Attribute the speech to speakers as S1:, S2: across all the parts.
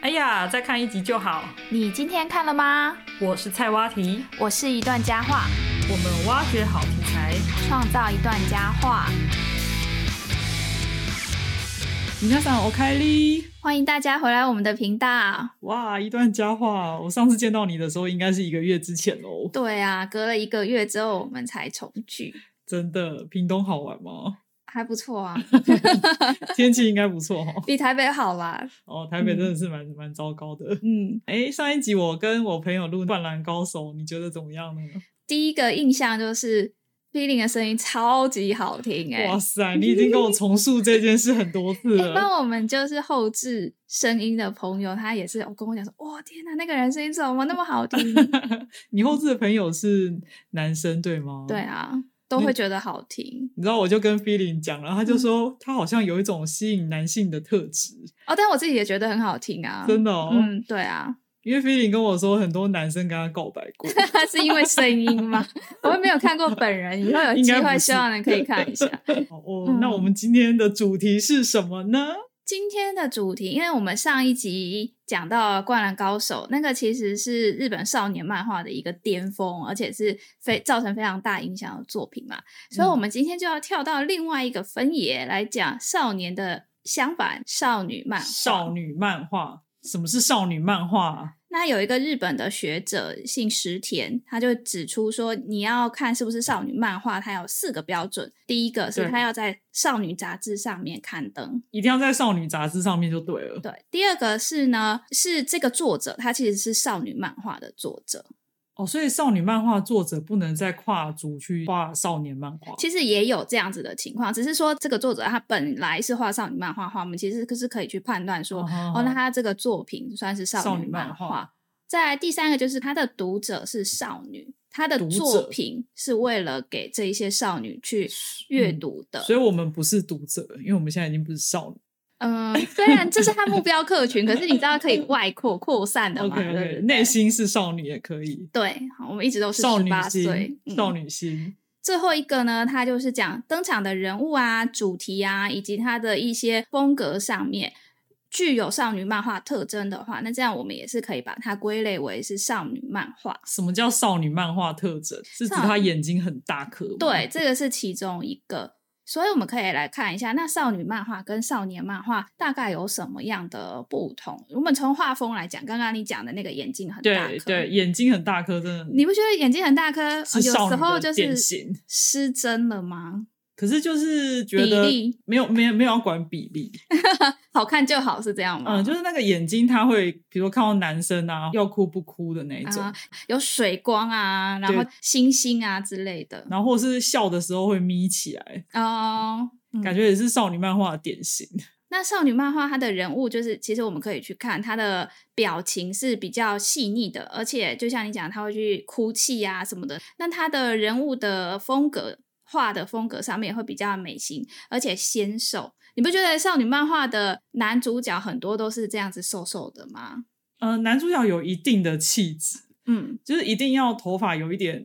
S1: 哎呀，再看一集就好。
S2: 你今天看了吗？
S1: 我是菜蛙题，
S2: 我是一段佳话，
S1: 我们挖掘好题材。
S2: 创造一段佳话。
S1: 皆さんおかえり。
S2: 欢迎大家回来我们的频道。
S1: 哇，一段佳话！我上次见到你的时候，应该是一个月之前哦。
S2: 对啊，隔了一个月之后我们才重聚，
S1: 真的，屏东好玩吗？
S2: 还不错 啊，
S1: 天气应该不错哦。
S2: 比台北好啦。
S1: 哦，台北真的是蛮蛮、糟糕的。
S2: 嗯，
S1: 哎，上一集我跟我朋友录《灌篮高手》，你觉得怎么样呢？
S2: 第一个印象就是 p 林的声音超级好听哎、
S1: 哇塞，你已经跟我重述这件事很多次
S2: 哎，
S1: 了。
S2: 帮我们就是后置声音的朋友，他也是我跟我讲说，哇天哪，那个人声音怎么那么 好听？
S1: 你后置的朋友是男生对吗？
S2: 对啊，都会觉得好听
S1: 你知道，我就跟 Feeling 讲了，他
S2: 嗯
S1: 就说他好像有一种吸引男性的特质，
S2: 哦。但我自己也觉得很好听啊，
S1: 真的哦。
S2: 嗯，对啊，
S1: 因为 Feeling 跟我说，很多男生跟他告白 过，
S2: 是因为声音吗？ 我又没有看过本人，以后有机
S1: 应该
S2: 会
S1: 不是
S2: 希望你可以看一下。
S1: 好哦，
S2: 嗯
S1: 那我们今天的主题是什么呢？
S2: 今天的主题，因为我们上一集讲到《灌篮高手》，那个其实是日本少年漫画的一个巅峰，而且是非造成非常大影响的作品嘛，所以我们今天就要跳到另外一个分野来讲少年的相反少女漫画。
S1: 少女漫画。什么是少女漫画啊？
S2: 那有一个日本的学者姓石田，他就指出说，你要看是不是少女漫画，它有四个标准。第一个是
S1: 对
S2: 它要在少女杂志上面刊登，
S1: 一定要在少女杂志上面就对了。
S2: 对。第二个是呢，是这个作者他其实是少女漫画的作者，
S1: 哦，所以少女漫画作者不能再跨足去画少年漫画。
S2: 其实也有这样子的情况，只是说这个作者他本来是画少女漫画的话，我们其实是可以去判断说，哦，那他这个作品算是
S1: 少
S2: 少
S1: 女
S2: 女
S1: 漫
S2: 漫
S1: 画
S2: 画。再来第三个就是他的读者是少女，他的
S1: 读者
S2: 作品是为了给这一些少女去阅读的。
S1: 嗯所以我们不是读者，因为我们现在已经不是少女。
S2: 嗯、虽然这是他目标客群，可是你知道可以外扩扩散的
S1: OK
S2: 嘛？ 对不
S1: OK，
S2: 对
S1: 内心是少女也可以，
S2: 对，好我们一直都是
S1: 少
S2: 十
S1: 女
S2: 八岁
S1: 心，，少
S2: 嗯。
S1: 女心。
S2: 最后一个呢，它就是讲登场的人物啊、主题啊，以及它的一些风格上面具有少女漫画特征的话，那这样我们也是可以把它归类为是少女漫画。
S1: 什么叫少女漫画特征？是指
S2: 少
S1: 她眼睛很大颗吗？
S2: 对，这个是其中一个。所以我们可以来看一下，那少女漫画跟少年漫画大概有什么样的不同？我们从画风来讲，刚刚你讲的那个眼睛很大
S1: 对
S2: 颗，
S1: 对，，眼睛很大颗，真的
S2: 你不觉得眼睛很大颗，有
S1: 是少
S2: 时
S1: 女
S2: 候
S1: 的
S2: 就
S1: 典
S2: 是
S1: 型。
S2: 失真了吗？
S1: 可是就是觉
S2: 比
S1: 得
S2: 例
S1: 没有没有没有要管比例，
S2: 好看就好是这样吗？
S1: 嗯，就是那个眼睛，他会比如说看到男生啊，要哭不哭的那一种，
S2: 啊，有水光啊，然后
S1: 对
S2: 星星啊之类的。
S1: 然后或是笑的时候会眯起来，
S2: 哦，嗯
S1: 感觉也是少女漫画的典型。
S2: 那少女漫画它的人物就是，其实我们可以去看她的表情是比较细腻的，而且就像你讲，她会去哭泣啊什么的。那她的人物的风格画的风格上面也会比较美型，而且纤瘦。你不觉得少女漫画的男主角很多都是这样子瘦瘦的吗？
S1: 呃，男主角有一定的气质，
S2: 嗯，
S1: 就是一定要头发有一点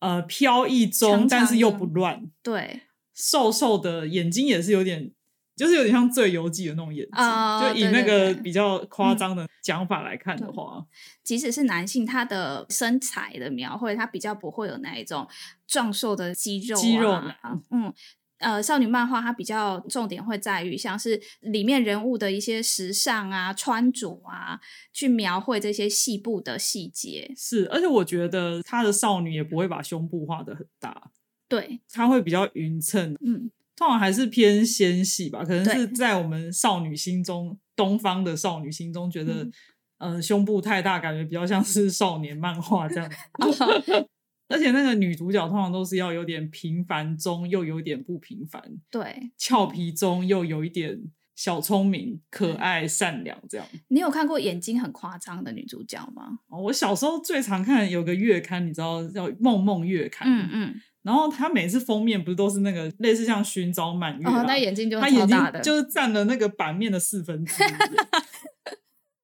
S1: 呃飘逸中，
S2: 长
S1: 但是又
S2: 长
S1: 不
S2: 的
S1: 乱，
S2: 对，
S1: 瘦瘦的，眼睛也是有点，就是有点像《醉游记》的那种眼睛。
S2: 哦
S1: 就以
S2: 对
S1: 那
S2: 对
S1: 个
S2: 对嗯
S1: 比较夸张的讲法来看的话，
S2: 即使是男性，他的身材的描绘，他比较不会有那一种壮硕的肌肉、啊、
S1: 肌肉
S2: 啊，嗯。呃，少女漫画它比较重点会在于像是里面人物的一些时尚啊、穿着啊，去描绘这些细部的细节。
S1: 是，而且我觉得她的少女也不会把胸部画的很大，
S2: 对，
S1: 她会比较匀称，
S2: 嗯，
S1: 通常还是偏纤细吧，可能
S2: 对
S1: 是在我们少女心中，东方的少女心中觉得。
S2: 嗯
S1: 呃，胸部太大，感觉比较像是少年漫画这样。
S2: 哦
S1: 而且那个女主角通常都是要有点平凡中又有点不平凡，
S2: 对
S1: 俏皮中又有一点小聪明、
S2: 嗯
S1: 可爱、善良这样。
S2: 你有看过眼睛很夸张的女主角吗？
S1: 哦我小时候最常看有个月刊，你知道叫《梦梦月刊》，
S2: 嗯嗯，
S1: 然后它每次封面不是都是那个类似像寻找满月、啊
S2: 哦，那眼睛就
S1: 他
S2: 超
S1: 眼睛
S2: 大的，
S1: 就是占了那个版面的四分 之一，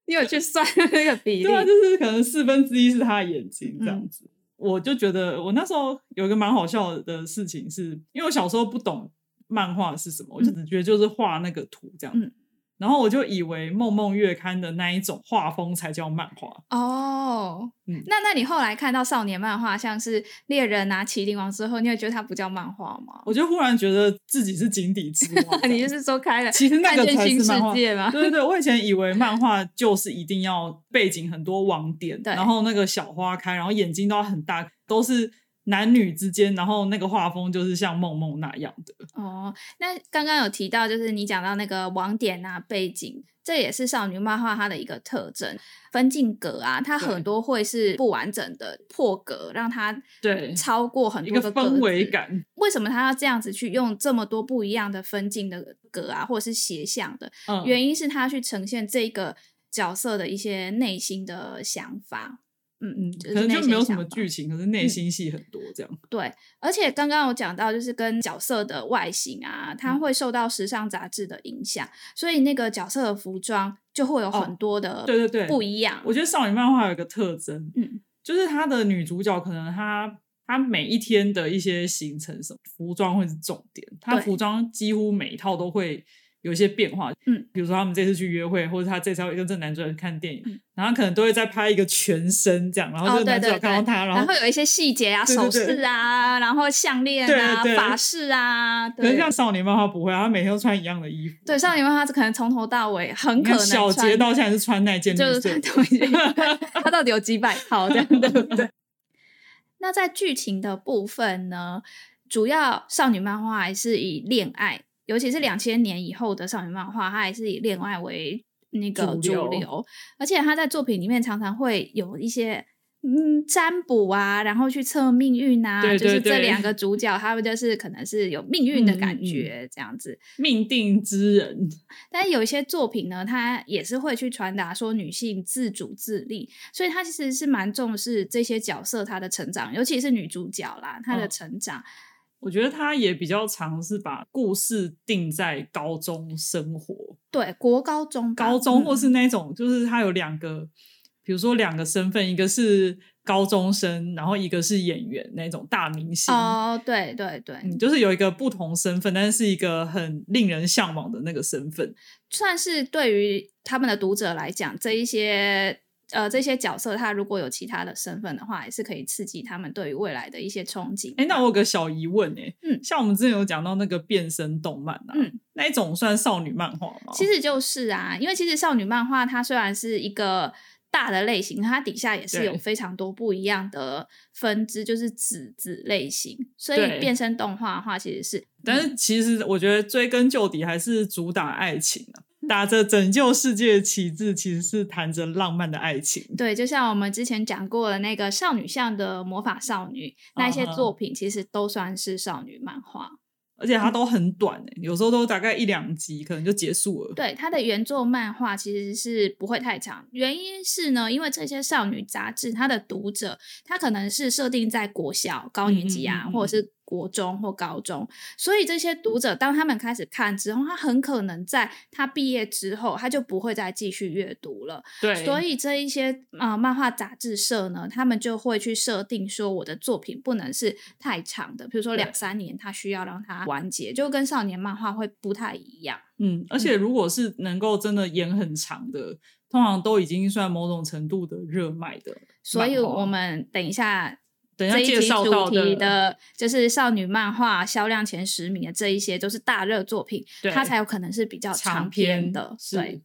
S2: 你有去算那个比例？
S1: 对啊，就是可能四分之一是他的眼睛这
S2: 嗯
S1: 样子。我就觉得我那时候有一个蛮好笑的事情是，因为我小时候不懂漫画是什么，我就只觉得就是画那个图这样。
S2: 嗯
S1: 然后我就以为《梦梦月刊》的那一种画风才叫漫画，
S2: 哦，
S1: 嗯
S2: 那那你后来看到少年漫画，像是《猎人》啊、《麒麟王》之后，你有觉得它不叫漫画吗？ 。
S1: 我就忽然觉得自己是井底之蛙
S2: 你就是说开 了
S1: 其实那
S2: 看
S1: 个
S2: 见
S1: 才
S2: 新
S1: 是
S2: 世
S1: 漫画。
S2: 界吗？
S1: 对对对，我以前以为漫画就是一定要背景很多网点，
S2: 对
S1: 然后那个小花开，然后眼睛都要很大，都是男女之间，然后那个画风就是像梦梦那样的。
S2: 哦，那刚刚有提到，就是你讲到那个网点啊、背景，这也是少女漫画它的一个特征。分镜格啊，它
S1: 对
S2: 很多会是不完整的破格，让它
S1: 对
S2: 超过很
S1: 一
S2: 多
S1: 个
S2: 个格
S1: 氛围
S2: 子。
S1: 感，
S2: 为什么它要这样子去用这么多不一样的分镜的格啊，或者是斜向的？
S1: 嗯，
S2: 原因是它去呈现这个角色的一些内心的想法。嗯嗯，
S1: 可能
S2: 内
S1: 就
S2: 心
S1: 没有
S2: 的
S1: 什
S2: 想
S1: 么
S2: 法嗯
S1: 剧情，可是内心戏很多这样。
S2: 对，而且刚刚有讲到，就是跟角色的外形啊，它
S1: 嗯
S2: 会受到时尚杂志的影响，所以那个角色的服装就会有很多的
S1: 哦对对对
S2: 不一样。
S1: 我觉得少女漫画有一个特征，
S2: 嗯，
S1: 就是她的女主角可能她她每一天的一些行程什么服装会是重点，她
S2: 对
S1: 服装几乎每一套都会有一些变化，
S2: 嗯，
S1: 比如说他们这次去约会，或者她这次要跟这男主角去看电影，
S2: 嗯
S1: 然后她可能都会再拍一个全身这样，然后这
S2: 哦
S1: 个
S2: 对
S1: 男主角
S2: 对对，
S1: 看到她，
S2: 然
S1: 后
S2: 有一些细节啊，
S1: 对对对
S2: 首饰啊，然后项链啊，
S1: 对对
S2: 发饰啊，
S1: 可是
S2: 对
S1: 像少年漫画不会啊，她每天都穿一样的衣服，
S2: 对，少女漫画可能从头到尾很
S1: 你
S2: 可
S1: 看
S2: 能
S1: 小杰
S2: 穿
S1: 到现在是穿那件绿
S2: 就是
S1: 色
S2: 他
S1: 的，
S2: 同一件衣服 他到底有几百套这样，对不对？那在剧情的部分呢，主要少女漫画还是以恋爱，尤其是两千年以后的少女漫画，它还是以恋爱为那个
S1: 主
S2: 主流，
S1: 流
S2: 而且他在作品里面常常会有一些。嗯，占卜啊，然后去测命运啊，
S1: 对对
S2: 就是这
S1: 对
S2: 两个主角，他们就是可能是有命运的
S1: 嗯 嗯
S2: 感
S1: 嗯
S2: 觉这样子。
S1: 命定之人，
S2: 但有一些作品呢，它也是会去传达说女性自主自立，所以它其实是蛮重视这些角色她的成长，尤其是女主角啦，她的
S1: 嗯
S2: 成长。
S1: 我觉得他也比较尝试把故事定在高中生活，
S2: 对，国高中吧，
S1: 高中或
S2: 嗯
S1: 是那种就是他有两个，比如说两个身份，一个是高中生，然后一个是演员那种大明星。
S2: 哦，对对对，
S1: 嗯，就是有一个不同身份，但是是一个很令人向往的那个身份。
S2: 算是对于他们的读者来讲，这一些。呃，这些角色他如果有其他的身份的话，也是可以刺激他们对于未来的一些憧憬。
S1: 哎，那我有个小疑问哎，
S2: 嗯
S1: 像我们之前有讲到那个变身动漫啊，
S2: 嗯
S1: 那一种算少女漫画吗？
S2: 其实就是啊，因为其实少女漫画它虽然是一个大的类型，它底下也是
S1: 对
S2: 有非常多不一样的分支，就是子子类型。所以
S1: 对
S2: 变身动画的话，其实是，
S1: 但是其实我觉得追根究底还是主打爱情啊，
S2: 嗯
S1: 打着拯救世界的旗帜，其实是谈着浪漫的爱情。
S2: 对，就像我们之前讲过的那个少女向的魔法少女，那一些
S1: 啊哈
S2: 作品其实都算是少女漫画。
S1: 而且它
S2: 嗯
S1: 都很短、欸，有时候都大概一两集，可能就结束 了。
S2: 对，它的原作漫画其实是不会太长，原因是呢，因为这些少女杂志，它的读者他可能是设定在国小高年级啊，
S1: 嗯嗯嗯嗯
S2: 或者是国中或高中，所以这些读者当他们开始看之后，他很可能在他毕业之后，他就不会再继续阅读了。
S1: 对
S2: 所以这一些呃漫画杂志社呢，他们就会去设定说我的作品不能是太长的，比如说两
S1: 对
S2: 三年，它需要让它完结，就跟少年漫画会不太一样。
S1: 嗯，而且如果是能够真的演很长的，通常都已经算某种程度的热卖的。
S2: 所以
S1: 漫画
S2: 我们等一下
S1: 等一下
S2: 这一
S1: 介
S2: 集
S1: 绍到
S2: 主题
S1: 的，
S2: 的，就是少女漫画销量前十名的这一些，都是大热作品，
S1: 对
S2: 它才有可能是比较长篇的。
S1: 是
S2: 对，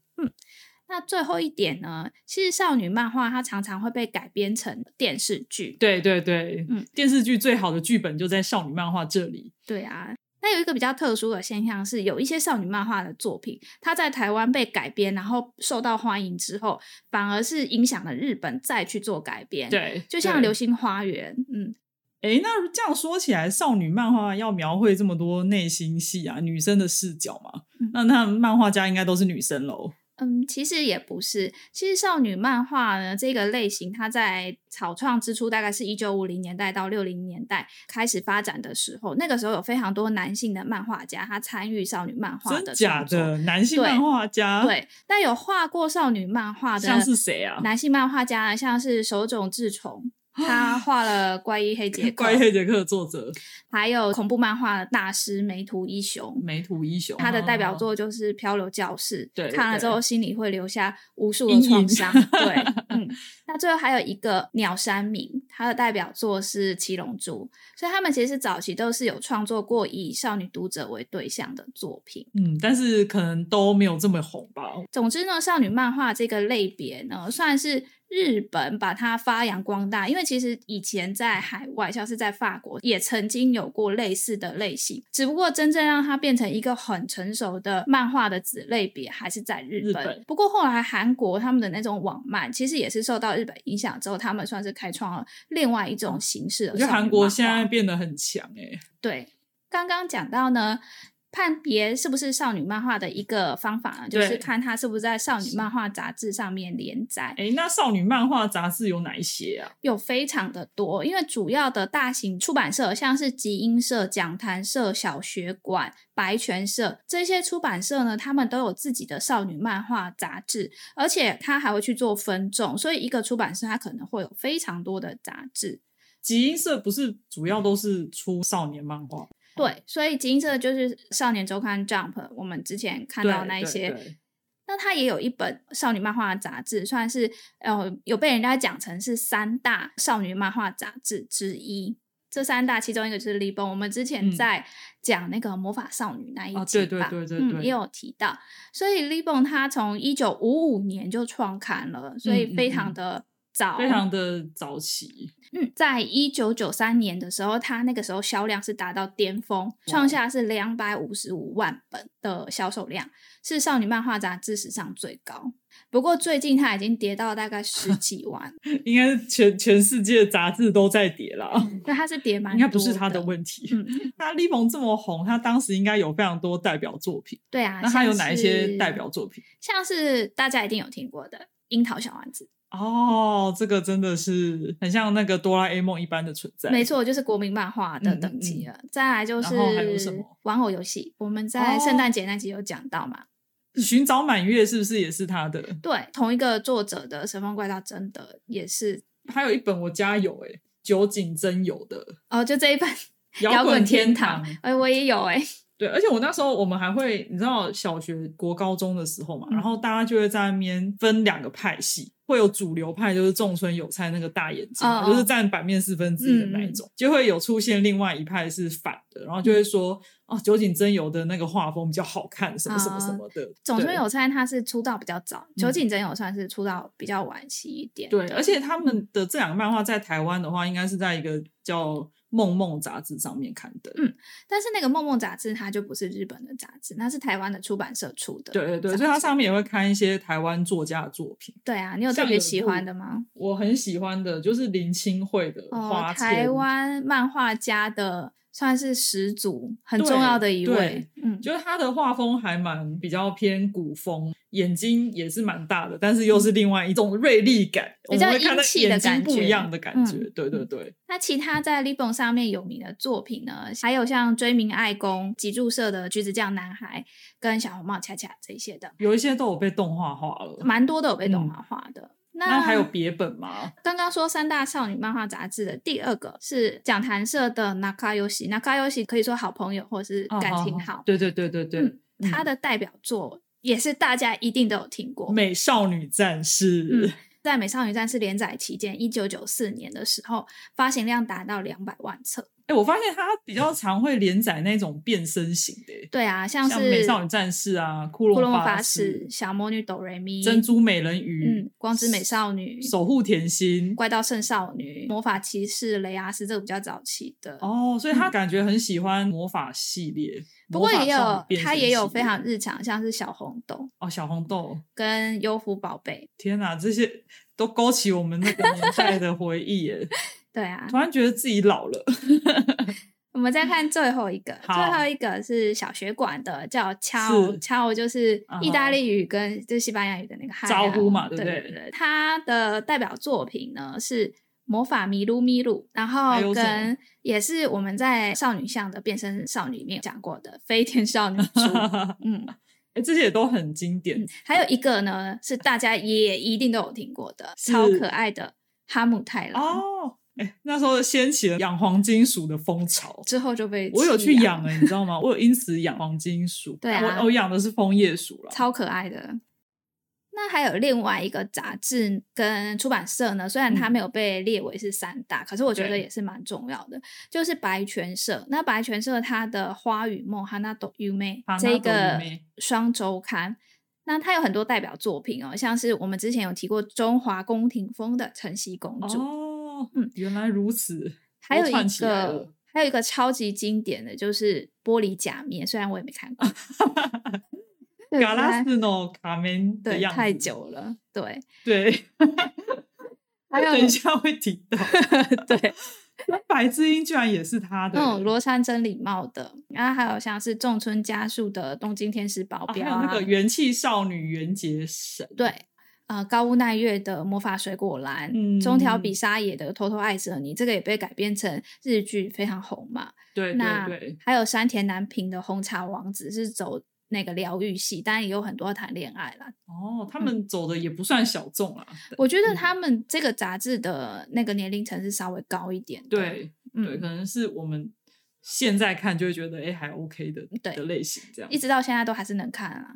S2: 那最后一点呢，其实少女漫画它常常会被改编成电视剧。
S1: 对对对，
S2: 嗯
S1: 电视剧最好的剧本就在少女漫画这里。
S2: 对啊。那有一个比较特殊的现象是，有一些少女漫画的作品，它在台湾被改编，然后受到欢迎之后，反而是影响了日本再去做改编。，
S1: 对，
S2: 就像《
S1: 对
S2: 流星花园》，嗯，
S1: 诶，那这样说起来，少女漫画要描绘这么多内心戏啊，女生的视角嘛，
S2: 嗯
S1: 那那漫画家应该都是女生喽。
S2: 嗯，其实也不是。其实少女漫画呢这个类型，它在草创之初，大概是一九五零年代到六零年代开始发展的时候，那个时候有非常多男性的漫画家，他参与少女漫画
S1: 真
S2: 的
S1: 假
S2: 创作。
S1: 的？啊男性
S2: 对
S1: 漫画家，，
S2: 对，那有画过少女漫画的，
S1: 像是谁啊？
S2: 男性漫画家呢，像是手冢治虫。他画了《怪 医黑杰克
S1: 啊怪》，黑杰克的作者
S2: 还有恐怖漫画大师梅图一雄。
S1: 梅图一雄，啊
S2: 他的代表作就是《漂流教室》，
S1: 哦对
S2: 看了之
S1: 对
S2: 后心里会留下无数
S1: 阴
S2: 的
S1: 影
S2: 创伤。对，嗯，那最后还有一个鸟山明，他的代表作是《七龙珠》，所以他们其实早期都是有创作过以少女读者为对象的作品。
S1: 嗯，但是可能都没有这么红吧。
S2: 总之呢，少女漫画这个类别呢，算是日本把它发扬光大，因为其实以前在海外，像是在法国，也曾经有过类似的类型，只不过真正让它变成一个很成熟的漫画的子类别，还是在日本。
S1: 日本
S2: 不过后来韩国他们的那种网漫，其实也是受到日本影响之后，他们算是开创了另外一种形式的
S1: 哦我觉
S2: 少女漫
S1: 得
S2: 画。
S1: 韩国现在变得很强哎、
S2: 对，刚刚讲到呢，判别是不是少女漫画的一个方法呢，就是
S1: 对
S2: 看它是不是在少女漫画杂志上面连载，
S1: 哎、那少女漫画杂志有哪一些啊？
S2: 有非常的多，因为主要的大型出版社，像是集英社、讲坛社、小学馆、白泉社这些出版社呢，他们都有自己的少女漫画杂志，而且它还会去做分众，所以一个出版社它可能会有非常多的杂志。
S1: 集英社不是主要都是出少年漫画？
S2: 对，所以金色就是《少年周刊》Jump，我们之前看到
S1: 对
S2: 那一
S1: 对
S2: 些
S1: 对。
S2: 那它也有一本少女漫画杂志，算是呃有被人家讲成是三大少女漫画杂志之一。这三大其中一个就是《立邦》，我们之前
S1: 嗯
S2: 在讲那个魔法少女那一
S1: 啊
S2: 集
S1: 对对
S2: 吧，
S1: 对对
S2: 嗯，
S1: 对
S2: 也有提到。所以《立邦》它从一九五五年就创刊了，所
S1: 嗯
S2: 以
S1: 嗯
S2: 非
S1: 嗯
S2: 常的早，
S1: 非常的早期，
S2: 嗯，在一九九三年的时候，它那个时候销量是达到巅峰，创
S1: 哦
S2: 下是两百五十五万本的销售量，是少女漫画杂志史上最高。不过最近它已经跌到大 概十几万，
S1: 应该是全全世界杂志都在跌啦，
S2: 那它是跌嗯 蛮
S1: 应该不是他
S2: 多
S1: 的
S2: 的。
S1: 问题。
S2: 嗯，
S1: 那利蒙这么红，他当时应该有非常多代表作品。
S2: 对啊。
S1: 那他有
S2: 像
S1: 哪一些
S2: 是
S1: 代表？作品？
S2: 像是大家一定有听过的《樱桃小丸子
S1: 哦，这个真的是很像那个哆啦 A 梦一般的存》，在。
S2: 没错，就是国民漫画的
S1: 嗯嗯
S2: 等级
S1: 嗯
S2: 了。再来就
S1: 然
S2: 是
S1: 后还有什么
S2: 玩偶游戏，我们在圣
S1: 哦
S2: 诞节那集有讲到嘛。
S1: 寻找满月是不是也是他的？
S2: 对，同一个作者的《神风怪盗》真的也是
S1: 还有一本我家有哎、酒井真有的
S2: 哦，就这一本
S1: 《 摇
S2: 滚
S1: 滚
S2: 天
S1: 堂》。
S2: 哎、我也有哎、
S1: 对，而且我那时候我们还会，你知道小学、国高中的时候嘛，
S2: 嗯
S1: 然后大家就会在那边分两个派系，会有主流派，就是仲村有菜那个大眼睛嘛，
S2: 哦哦
S1: 就是占版面四分之一的那一
S2: 嗯
S1: 种，就会有出现另外一派是反的，然后就会说、哦，酒井真由的那个画风比较好看，什么什么什么的。
S2: 啊总村
S1: 对
S2: 有菜他是出道比较早，酒
S1: 嗯
S2: 井真友算是出道比较晚期一点。
S1: 对，而且他们的这两个漫画在台湾的话，应该是在一个叫《梦梦》杂志上面刊登。
S2: 嗯但是那个《梦梦》杂志它就不是日本的杂志，那是台湾的出版社出的。
S1: 对对对，
S2: 杂
S1: 所以它
S2: 志
S1: 上面也会刊一些台湾作家的作品。
S2: 对啊，你有特
S1: 像
S2: 别
S1: 有
S2: 喜
S1: 一部
S2: 欢的吗？
S1: 我很喜欢的就是林清慧的
S2: 哦
S1: 花，千、
S2: 台湾漫画家的算是始祖，很重
S1: 对
S2: 要的一
S1: 对
S2: 位。嗯，
S1: 就是她的画风还蛮比较偏古风，眼睛也是蛮大的，但是又是另外一种锐利感，
S2: 嗯比
S1: 我
S2: 较
S1: 们会看到
S2: 英气的
S1: 眼睛
S2: 感觉
S1: 不一样的感觉。
S2: 嗯
S1: 对对对，
S2: 那其他在 Libon 上面有名的作品呢，还有像《追名爱公》、脊柱社的《橘子酱男孩》跟《小红帽恰恰》这些的，
S1: 有一些都有被动画化了。
S2: 蛮多都有被动画化的。
S1: 嗯那还有别本吗？
S2: 刚刚说三大少女漫画杂志的第二个是讲谈社的 Nakayoshi，Nakayoshi 可以说好朋友或是
S1: 哦
S2: 感情好，
S1: 对对对对对，
S2: 嗯
S1: 嗯
S2: 他的代表作也是大家一定都有听过，
S1: 美少女战士
S2: 嗯》在《美少女战士》连载期间，一九九四年的时候，发行量达到两百万册。
S1: 哎、我发现他比较常会连载那种变身型的、
S2: 对啊，像是
S1: 像美少女战士啊、骷
S2: 库
S1: 髅
S2: 洛
S1: 法
S2: 法使、小魔女哆瑞咪、
S1: 珍珠美人鱼、
S2: 嗯、光之美少女、
S1: 守护甜心。
S2: 怪盗圣少女、魔法骑士雷阿斯，这个比较早期的。嗯
S1: 哦，所以他感觉很喜欢魔法系列，
S2: 不过
S1: 魔法
S2: 也
S1: 少女
S2: 有
S1: 变，身
S2: 它也有非
S1: 系
S2: 常
S1: 列
S2: 日常，像是小红豆
S1: 哦，小红豆，
S2: 跟优芙宝贝。
S1: 天哪，这些都勾起我们那个年代的回忆耶！
S2: 对啊
S1: 突，然觉得自己老了。
S2: 我们再看最后一个，最
S1: 嗯好
S2: 后一个是小学馆的，叫
S1: 是
S2: Ciao Ciao，就是
S1: 嗯哼
S2: 意大利语跟就是西班牙语的那个嗨啊
S1: 招呼嘛
S2: 对
S1: 对不对
S2: 对对，它的代表作品呢是。魔法迷路迷路，然
S1: 还
S2: 后
S1: 有什么
S2: 跟也是我们在少女向的变身少女里面讲过的飞天少 女猪，嗯，
S1: 哎，这些也都很经典
S2: 嗯，还有一个呢，是大家也一定都有听过的，
S1: 是
S2: 超可爱的哈姆太郎。
S1: 哦。哎，那时候掀起了养黄金鼠的风潮。
S2: 之后就被
S1: 我有
S2: 弃
S1: 去养了，你知道吗？我有因此养黄金鼠，
S2: 啊对啊
S1: 我我养的是枫叶鼠啦。
S2: 超可爱的。那还有另外一个杂志跟出版社呢，虽然它
S1: 嗯
S2: 没有被列为是三大，可是我觉得
S1: 对
S2: 也是蛮重要的，就是白泉社。那白泉社它的《花与梦》哈那斗优美
S1: 花
S2: 这
S1: 那斗
S2: 个
S1: ゆめ
S2: 双周刊，那它有很多代表作品哦，像是我们之前有提过中华宫廷风的《晨曦公主》
S1: 哦，
S2: 嗯
S1: 原来如此。
S2: 还有
S1: 都
S2: 一
S1: 串起来
S2: 个
S1: 了，
S2: 还有一个超级经典的就是玻璃假面，虽然我也没 看过，对
S1: 嘎拉
S2: 它
S1: 斯诺卡门的
S2: 对
S1: 样子
S2: 太久了，对，
S1: 对，
S2: 还有
S1: 哎等一下会提到。
S2: 对，
S1: 白之音居然也是他的，
S2: 嗯，罗山真礼貌的，然后还有像是仲村佳树的《东京天使保
S1: 啊还
S2: 镖》
S1: 有那个元气少女袁洁神，
S2: 对。呃，高屋奈月的《魔法水果篮》，中条比
S1: 嗯
S2: 沙也的《偷偷爱着你》，这个也被改编成日剧，非常红嘛。
S1: 对
S2: 那
S1: 对对，
S2: 还有山田南平的《红茶王子》是走那个疗愈系，当然也有很多谈恋爱啦。
S1: 哦，
S2: 嗯
S1: 他们走的也不算小众啦，
S2: 我觉
S1: 嗯
S2: 得他们这个杂志的那个年龄层是稍微高一点的。，
S1: 对对，
S2: 嗯
S1: 可，能是我们现在看就会觉得哎还 OK 的
S2: 嗯对
S1: 的类型这样
S2: 一。直到现在都还是能看啊。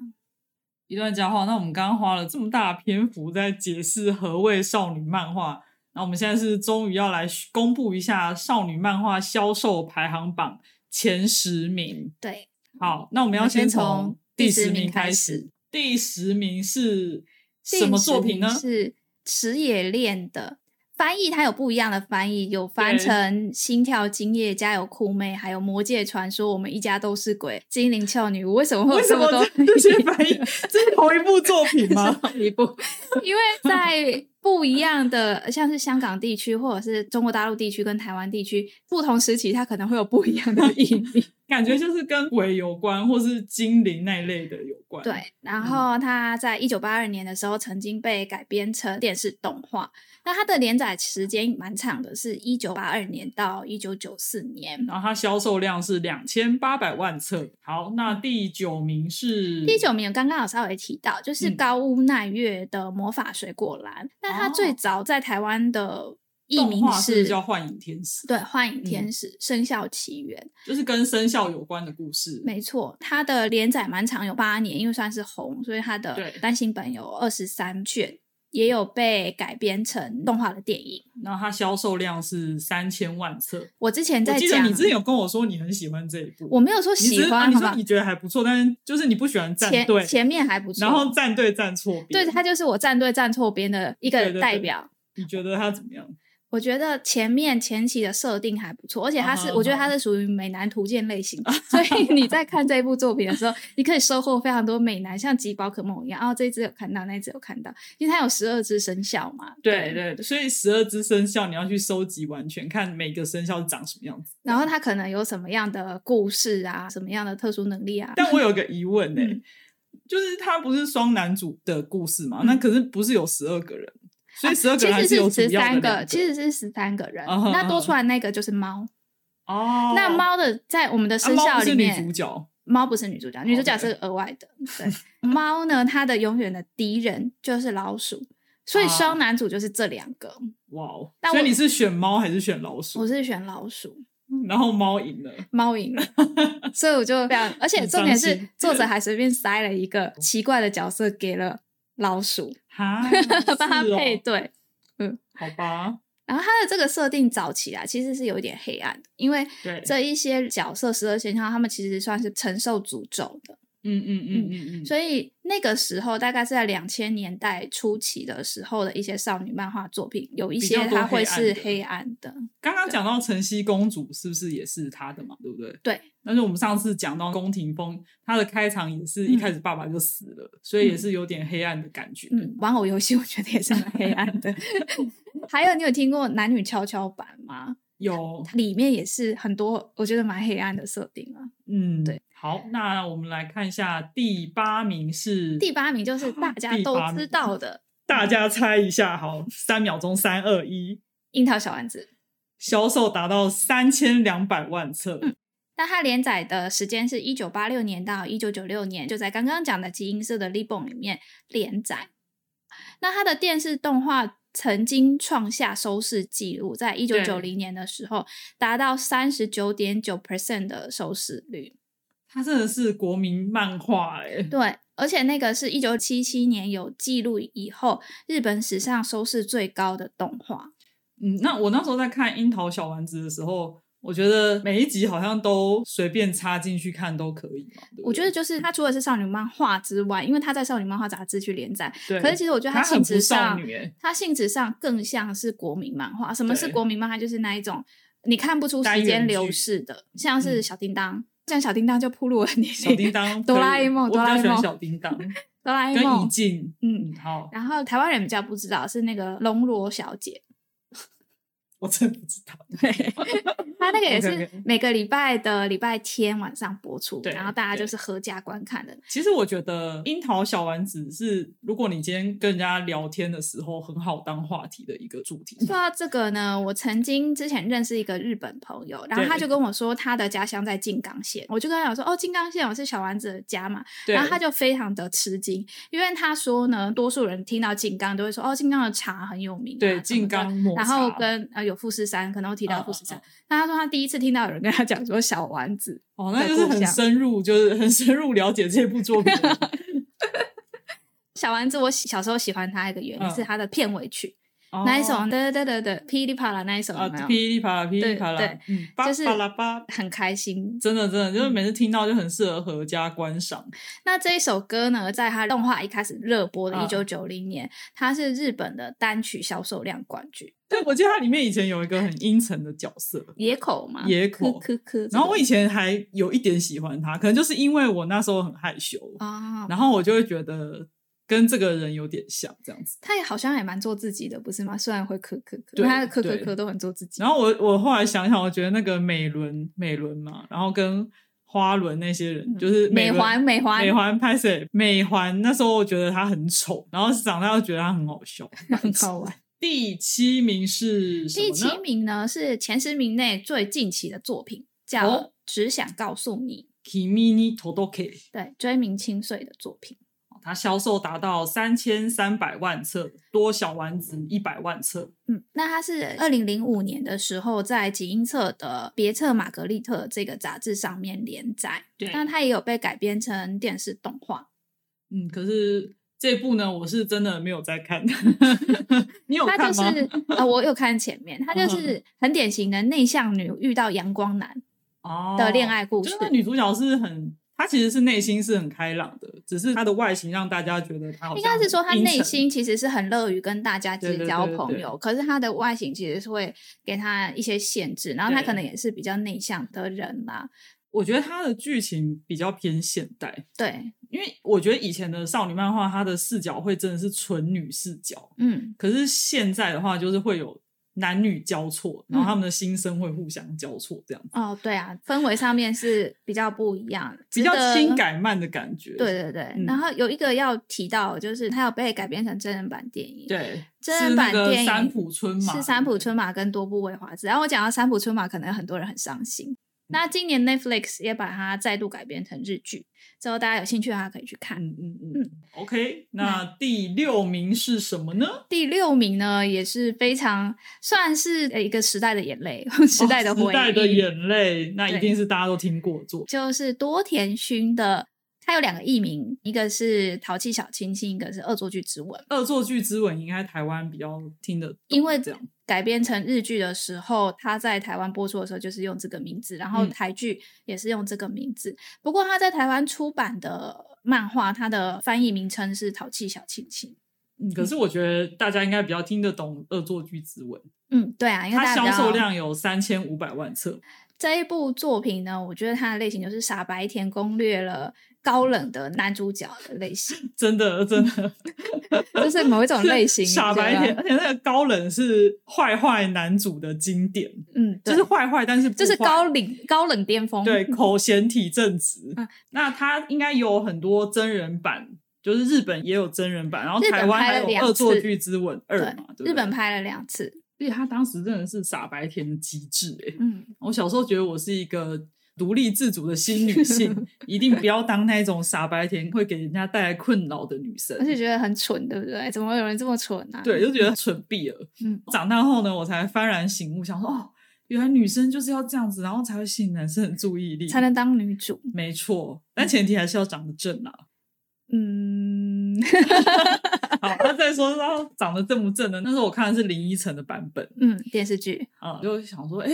S1: 一段佳话，那我们刚刚花了这么大的篇幅在解释何谓少女漫画，那我们现在是终于要来公布一下少女漫画销售排行榜前十名。
S2: 对，
S1: 好，那我们
S2: 我
S1: 要
S2: 们先从
S1: 从
S2: 第
S1: 第
S2: 十
S1: 十
S2: 名
S1: 名
S2: 开
S1: 开
S2: 始
S1: 始。第十名是
S2: 第
S1: 什么
S2: 十
S1: 作品
S2: 名
S1: 呢？
S2: 是池野恋的翻译，它有不一样的翻译，有翻
S1: 对
S2: 成《心跳今夜》《加油酷妹》，还有《魔界传说》《我们一家都是鬼》《精灵俏女巫》。为什么会有
S1: 为什
S2: 么
S1: 么
S2: 多
S1: 这这些翻译？这是同一部作品吗？
S2: 一部，因为在不一样的，像是香港地区或者是中国大陆地区跟台湾地区，不同时期它可能会有不一样的意义。
S1: 感觉就是跟鬼有关，或是精灵那一类的有关。
S2: 对，然后它在一九八二年的时候曾经被改编成电视动画。那它的连载时间蛮长的，是一九八二年到一九九四年。
S1: 然后它销售量是两千八百万册。好，那第九名是
S2: 第九名刚刚有稍微提到，就是
S1: 嗯
S2: 高屋奈月的《魔法水果篮》那它最
S1: 哦
S2: 早在台湾的译
S1: 动
S2: 名
S1: 画
S2: 是
S1: 叫《幻影天使》，
S2: 对《幻影
S1: 嗯
S2: 天使》生肖起源》，
S1: 就是跟生肖有关的故事。
S2: 没错，它的连载蛮长，有八年，因为算是红，所以它的
S1: 对
S2: 单行本有二十三卷，也有被改编成动画的电影。
S1: 然后它销售量是三千万册。
S2: 我之前
S1: 我
S2: 在
S1: 记得
S2: 讲，
S1: 你之前有跟我说你很喜欢这一部，
S2: 我没有说
S1: 你只
S2: 喜
S1: 是啊
S2: 欢，
S1: 你
S2: 好
S1: 说
S2: 吧
S1: 你？觉得还不错，但是就是你不喜欢站
S2: 前
S1: 队，
S2: 前面还不错，
S1: 然后站队站错边，
S2: 对他就是我站队站错边的一
S1: 对
S2: 个
S1: 对
S2: 代
S1: 对
S2: 表。
S1: 你觉得他怎么样？
S2: 我觉得前面前期的设定还不错，而且它
S1: 啊
S2: 是
S1: 哈
S2: 我觉得它是属于美男图鉴类型的，所以你在看这部作品的时候，你可以收获非常多美男，像集宝可梦一样，哦，这一只有看到，那一只有看到，因为它有十二只生肖嘛。
S1: 对，所以十二只生肖你要去收集完全，看每个生肖长什么样子。
S2: 然后它可能有什么样的故事啊，什么样的特殊能力啊？
S1: 但我有个疑问呢、欸
S2: 嗯
S1: 就是他不是双男主的故事嘛？
S2: 嗯啊
S1: 那可是不是有十二个人？所以十二个
S2: 其
S1: 人还
S2: 实
S1: 有
S2: 是
S1: 主
S2: 十
S1: 要的
S2: 三
S1: 两个，
S2: 其实是十三个人，
S1: 啊哈
S2: 那
S1: 啊
S2: 多
S1: 哈
S2: 出来那个就是猫。
S1: 哦，
S2: 那猫的在我们的
S1: 啊
S2: 生
S1: 猫
S2: 肖
S1: 不
S2: 里
S1: 是女
S2: 面，
S1: 主角哦
S2: 猫不是女主角，女主角
S1: OK
S2: 是额外的。 对，猫呢，它的永远的敌人就是老鼠，所以
S1: 啊
S2: 双男主就是这两个。
S1: 哇哦
S2: 但，
S1: 所
S2: 我
S1: 以你是选猫还是选老
S2: 我
S1: 鼠？
S2: 是选老鼠，
S1: 然后猫赢了，
S2: 猫 赢了，所以我就非常，而且
S1: 很
S2: 重点
S1: 伤
S2: 是
S1: 心
S2: 作者还随便塞了一个奇怪的角色给了老鼠，，
S1: 哈
S2: 帮他
S1: 是哦
S2: 配对。
S1: 好吧？
S2: 然后它的这个设定早期啊，其实是有一点黑暗的，因为
S1: 对，
S2: 这一些角色十二生肖，他们其实算是承受诅咒的。
S1: 嗯嗯嗯嗯嗯，
S2: 所以那个时候，大概是在两千年代初期的时候的一些少女漫画作品，有一
S1: 比
S2: 些
S1: 较多
S2: 它会
S1: 黑暗
S2: 是
S1: 的
S2: 黑暗的。嗯
S1: 刚刚讲到晨曦公主是不是也是她的嘛？对不对？
S2: 对，
S1: 但是我们上次讲到宫廷风，她的开场也是一开始爸爸就死了，所以也是有点黑暗的感觉。
S2: 嗯，玩偶游戏我觉得也是蛮黑暗的。 还有，你有听过男女跷跷板吗？
S1: 有，
S2: 里面也是很多我觉得蛮黑暗的设定啊。
S1: 嗯，
S2: 对。
S1: 好，那我们来看一下第八名是
S2: 第八名就是大 家
S1: 第
S2: 都
S1: 八名
S2: 知道的
S1: 大家猜一下，好，三秒钟，三二一，
S2: 《樱桃小丸子》，
S1: 销售达到三千两百万册，
S2: 嗯那它连载的时间是一九八六年到一九九六年，就在刚刚讲的集英社的《l i b o n 里面连载。那它的电视动画曾经创下收视纪录，在一九九零年的时候达到三十九点九 percent 的收视率。
S1: 它真的是国民漫画哎、
S2: 对，而且那个是一九七七年有记录以后，日本史上收视最高的动画。
S1: 嗯，那我那时候在看《樱桃小丸子》的时候，我觉得每一集好像都随便插进去看都可以嘛。对不对
S2: 我觉得就是它除了是少女漫画之外，因为它在少女漫画杂志去连载，
S1: 对，
S2: 可是其实我觉得
S1: 它很
S2: 性
S1: 不
S2: 质
S1: 少
S2: 上，
S1: 女 哎，
S2: 它性质上更像是国民漫画。什么是
S1: 对
S2: 国民漫画？就是那一种你看不出
S1: 单
S2: 时间
S1: 元
S2: 流
S1: 剧
S2: 逝的，像是
S1: 嗯
S2: 小叮当，像小叮当就铺路了你
S1: 小叮当可以，
S2: 哆啦 A 梦
S1: 我比较喜
S2: 哆啦 A
S1: 欢
S2: 梦
S1: 小叮当跟
S2: 哆啦 A
S1: 怡
S2: 梦，
S1: 静。
S2: 嗯。
S1: 嗯，好，
S2: 然后台湾人比较不知道是那个龙罗小姐，
S1: 我真的不知 道。
S2: 她那个也是
S1: OK，OK
S2: 每个礼拜的礼拜天晚上播出，
S1: 对
S2: 然后大家就
S1: 对
S2: 是合家观看 的。
S1: 其实我觉得樱桃小丸子是，如果你今天跟人家聊天的时候，很好当话题的一个主题。
S2: 说到这个呢，我曾经之前认识一个日本朋友，然后
S1: 对
S2: 他就跟我说他的家乡在静冈县，我就跟他讲说哦，静冈县我是小丸子的家嘛，
S1: 对，
S2: 然后他就非常的吃惊，因为他说呢，多数人听到静冈都会说哦，静冈的茶很有名、啊，
S1: 对
S2: 什么
S1: 静
S2: 的
S1: 冈抹
S2: 然后
S1: 茶
S2: 跟呃有富士山，可能会提到
S1: 嗯
S2: 富
S1: 嗯
S2: 士山
S1: 嗯，
S2: 那、他说他第一次听到有人跟他讲说小丸子，
S1: 哦，那
S2: 的
S1: 就是
S2: 故
S1: 很
S2: 乡
S1: 深入，就是很深入了解这部作品 的人。
S2: 小丸子，我喜小时候喜欢他一个原因、
S1: 嗯
S2: 是他的片尾曲，
S1: 哦
S2: 那一首哒哒哒哒噼里啪啦那一首
S1: 啊，
S2: 有没有？
S1: 噼里啪啦，噼里
S2: 对
S1: 啪啦
S2: 对，
S1: 嗯，
S2: 就是嗯
S1: 巴拉巴，
S2: 很开心。
S1: 真的真的，就是每次听到就很适合合家观赏。
S2: 那这一首歌呢，在他动画一开始热播的
S1: 嗯
S2: 一九九零年，它是日本的单曲销售量冠军，
S1: 对，我记得它里面以前有一个很阴沉的角色，
S2: 野口嘛，
S1: 野口
S2: 科科。
S1: 然后我以
S2: 前
S1: 前还有一点喜欢他，可能就是因为我那时候很害羞，
S2: 啊，
S1: 然后我就会觉得跟这个人有点像这样子。
S2: 他也好像也蛮做自己的，不是吗？虽然会科科科，
S1: 对
S2: 他的科科
S1: 对
S2: 科都很做自己。
S1: 然后我我后来想想，我觉得那个美伦美伦嘛，然后跟花轮那些人，
S2: 嗯
S1: 就是
S2: 美
S1: 伦
S2: 环美环
S1: 美环拍谁？美环那时候我觉得他很丑，然后长大又觉得他很好 笑，
S2: 很好玩。
S1: 第七名是什么
S2: 第
S1: 呢？
S2: 七名呢是前十名内最近期的作品，叫《
S1: 哦
S2: 只想告诉你
S1: Kimi ni Todoke，》，哦
S2: 对，追名清穗的作品。
S1: 它销售达到三千三百万册，多小丸子一百万册。
S2: 嗯，那它是二零零五年的时候在集英社的《别册玛格丽特》这个杂志上面连载，
S1: 对
S2: 那它也有被改编成电视动画。
S1: 嗯，可是这部呢，我是真的没有在看。 你有
S2: 它就
S1: 看吗？
S2: 是呃，我有看前面， 它就是很典型的内向女遇到阳光男
S1: 哦
S2: 的恋爱故
S1: 就
S2: 事
S1: 是。那女主角是很，她其实是内心是很开朗的，只是她的外形让大家觉得她好像
S2: 应该是说，她
S1: 很阴
S2: 内
S1: 沉
S2: 心其实是很乐于跟大家
S1: 对
S2: 结
S1: 对
S2: 交
S1: 对
S2: 朋
S1: 对
S2: 友，可是她的外形其实是会给她一些限制，然后她可
S1: 对
S2: 能也是比较内向的人啦。
S1: 我觉得她的剧情比较偏现代，
S2: 对，
S1: 因为我觉得以前的少女漫画，她的视角会真的是纯女视角，
S2: 嗯，
S1: 可是现在的话，就是会有男女交错，
S2: 嗯
S1: 然后他们的心声会互相交错，这样、
S2: 哦，对啊，氛围上面是比较不一样，
S1: 比
S2: 值
S1: 较
S2: 得
S1: 轻改慢的感觉。
S2: 对对对，
S1: 嗯
S2: 然后有一个要提到，就是它有被改编成真人版电影，，
S1: 对，
S2: 真
S1: 是
S2: 人
S1: 那
S2: 版
S1: 个
S2: 电影
S1: 三浦春马，
S2: 是三浦春马跟多部未华子。然后我讲到三浦春马，可能很多人很伤
S1: 嗯
S2: 心。那今年 Netflix 也把它再度改编成日剧，之后大家有兴趣的话可以去看。
S1: 嗯嗯嗯
S2: 嗯
S1: ，OK，那第六名是什么呢？
S2: 第六名呢，也是非常算是呃一个时代的眼泪， 时代的
S1: 哦
S2: 回忆，
S1: 时代的眼泪，那一
S2: 对
S1: 定是大家都听过的作品。
S2: 就是多田薰的，它有两个译名，一个是《淘气小清新》，一个是《恶作剧之吻》。
S1: 恶作剧之吻应该台湾比较听得懂，
S2: 因为
S1: 这样
S2: 改编成日剧的时候，它在台湾播出的时候就是用这个名字，然后
S1: 嗯
S2: 台剧也是用这个名字。不过它在台湾出版的漫画，它的翻译名称是《淘气小亲亲》。
S1: 嗯可是我觉得大家应该比较听得懂《恶作剧之吻》，
S2: 嗯，对啊，因为
S1: 它
S2: 大家
S1: 销
S2: 比较
S1: 售量有三千五百万册，
S2: 这一部作品呢，我觉得它的类型就是傻白甜攻略了高冷的男主角的类 型，
S1: 真的真的。
S2: 就是某一种类型。啊
S1: 傻
S2: 你觉
S1: 白
S2: 得
S1: 甜，而且那个高冷是坏坏男主的经典，
S2: 嗯，
S1: 就
S2: 对
S1: 是坏坏，但是不
S2: 就是
S1: 坏
S2: 高冷高冷巅峰。
S1: 对口嫌体正直。
S2: 嗯
S1: 那他应该有很多真人版，就是日本也有真人版，然后
S2: 日本
S1: 台湾
S2: 拍
S1: 还
S2: 了
S1: 有
S2: 两
S1: 《恶作
S2: 次
S1: 剧之吻二
S2: 对》
S1: 嘛，对不对
S2: 日本，拍了两次。
S1: 而且他当时真的是傻白甜的极致哎、
S2: 嗯，
S1: 我小时候觉得我是一个独立自主的新女 性，一定不要当那种傻白甜会给人家带来困扰的女生
S2: 而。且觉得很蠢，对不对？怎么会有人这么蠢啊？
S1: 对，就觉得蠢毙了。
S2: 嗯
S1: 长大后呢，我才幡然醒悟，想说哦，原来女生就是要这样子，然后才会吸引男生的注意力。
S2: 才能当女主。
S1: 没错，但前提还是要长得正啊。
S2: 嗯
S1: 好，那再说到长得正不正呢？那时候我看的是林依晨的版本
S2: 嗯，电视剧
S1: 啊，就想说，哎、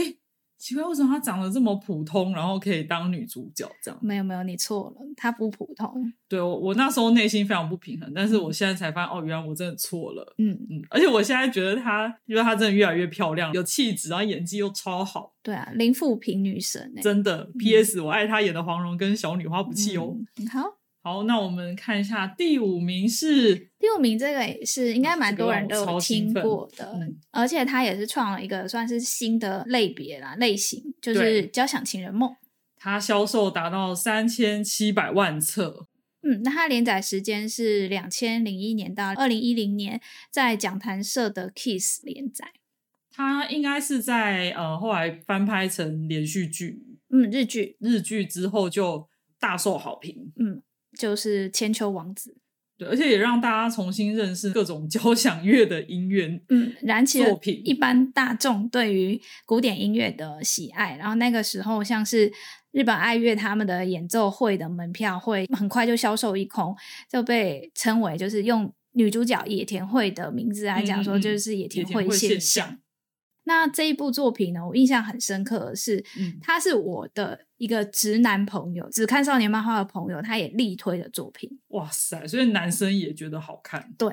S1: 奇怪，为什么她长得这么普通，然后可以当女主角这样？
S2: 没有没有，你错了，她不普通。
S1: 对我，我那时候内心非常不平衡，但是我现在才发现，哦，原来我真的错了。
S2: 嗯，
S1: 嗯，而且我现在觉得她，因为她真的越来越漂亮，有气质，然后演技又超好，
S2: 对啊，林富平女神哎、
S1: 真的。P.S. 我爱她演的黄蓉跟小女花不弃哦。
S2: 嗯好，
S1: 好，那我们看一下第五名是，
S2: 第五名这个也是应该蛮多人都
S1: 嗯这个让
S2: 有
S1: 我超兴
S2: 听
S1: 奋
S2: 过的，
S1: 嗯，
S2: 而且他也是创了一个算是新的类别啦类型，就
S1: 对
S2: 是交响情人梦。
S1: 她销售达到三千七百万册，
S2: 嗯，那它连载时间是两千零一年到二零一零年，在讲坛社的 Kiss 连载。
S1: 她应该是在呃后来翻拍成连续剧，
S2: 嗯，日剧
S1: 日剧之后就大受好评。
S2: 就是千秋王子。
S1: 对，而且也让大家重新认识各种交响乐的音乐
S2: 嗯，燃起
S1: 作
S2: 了
S1: 品。
S2: 一般大众对于古典音乐的喜爱。然后那个时候，像是日本爱乐他们的演奏会的门票会很快就销售一空，就被称为就是用女主角野田惠的名字来讲说，
S1: 嗯嗯嗯
S2: 就是野
S1: 铁
S2: 田
S1: 会
S2: 惠现象。
S1: 象，
S2: 那这一部作品呢，我印象很深刻的是，
S1: 嗯，
S2: 他是我的一个直男朋友，只看少年漫画的朋友，他也力推的作品。
S1: 哇塞！所以男生也觉得好看
S2: 对，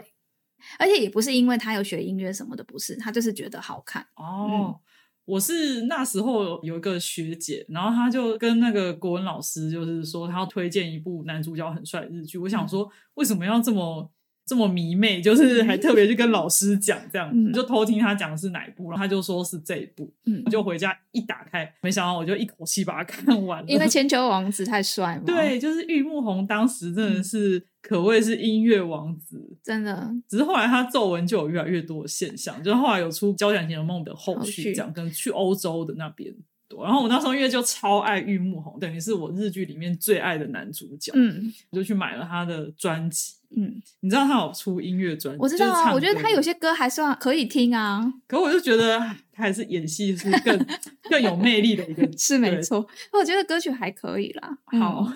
S2: 而且也不是因为他有学音乐什么的，不是，他就是觉得好看。
S1: 哦。我是那时候有一个学姐，然后她就跟那个国文老师，就是说她要推荐一部男主角很帅的日剧。我
S2: 嗯
S1: 想说，为什么要这么这么迷妹？就是还特别去跟老师讲，这样、
S2: 嗯
S1: 就偷听她讲的是哪一部，然后她就说是这一部，
S2: 嗯
S1: 我，就回家一打开，没想到我就一口气把它看完了。
S2: 因为千秋王子太帅嘛，，
S1: 对，就是玉木宏当时真
S2: 嗯
S1: 的是、可谓是音乐王子，
S2: 真的
S1: 只是后来他皱纹就有越来越多的现象，就是后来有出《交响情人梦》的后
S2: 后
S1: 续，
S2: 续
S1: 这样跟去欧洲的那边。对然后我那时候因为就超爱玉木宏，等于是我日剧里面最爱的男主角，
S2: 嗯
S1: 我就去买了他的专辑。
S2: 嗯，
S1: 你知道他有出音乐专辑，
S2: 我知道
S1: 就是唱
S2: 啊，我觉得
S1: 歌
S2: 他有，些歌还算可以听啊，
S1: 可我就觉得啊他还是演戏是更 更有魅力的一个。
S2: 是
S1: 对
S2: 没错，我觉得歌曲还可以啦。 嗯
S1: 好，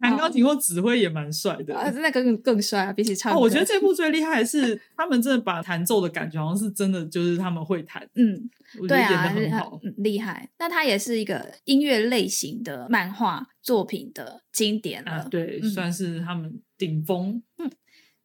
S1: 弹钢琴或指挥也蛮帅的。
S2: 啊，那个更更帅啊，比起唱
S1: 哦，
S2: 歌，
S1: 我觉得这部最厉害的是他们真的把弹奏的感觉，好像是真的，就是他们会弹，
S2: 嗯，
S1: 我觉
S2: 对
S1: 得演
S2: 啊，
S1: 的
S2: 厉
S1: 很
S2: 害
S1: 好。
S2: 嗯厉害。那它也是一个音乐类型的漫画作品的经典了。
S1: 啊，对，
S2: 嗯
S1: 算是他们顶峰。
S2: 嗯，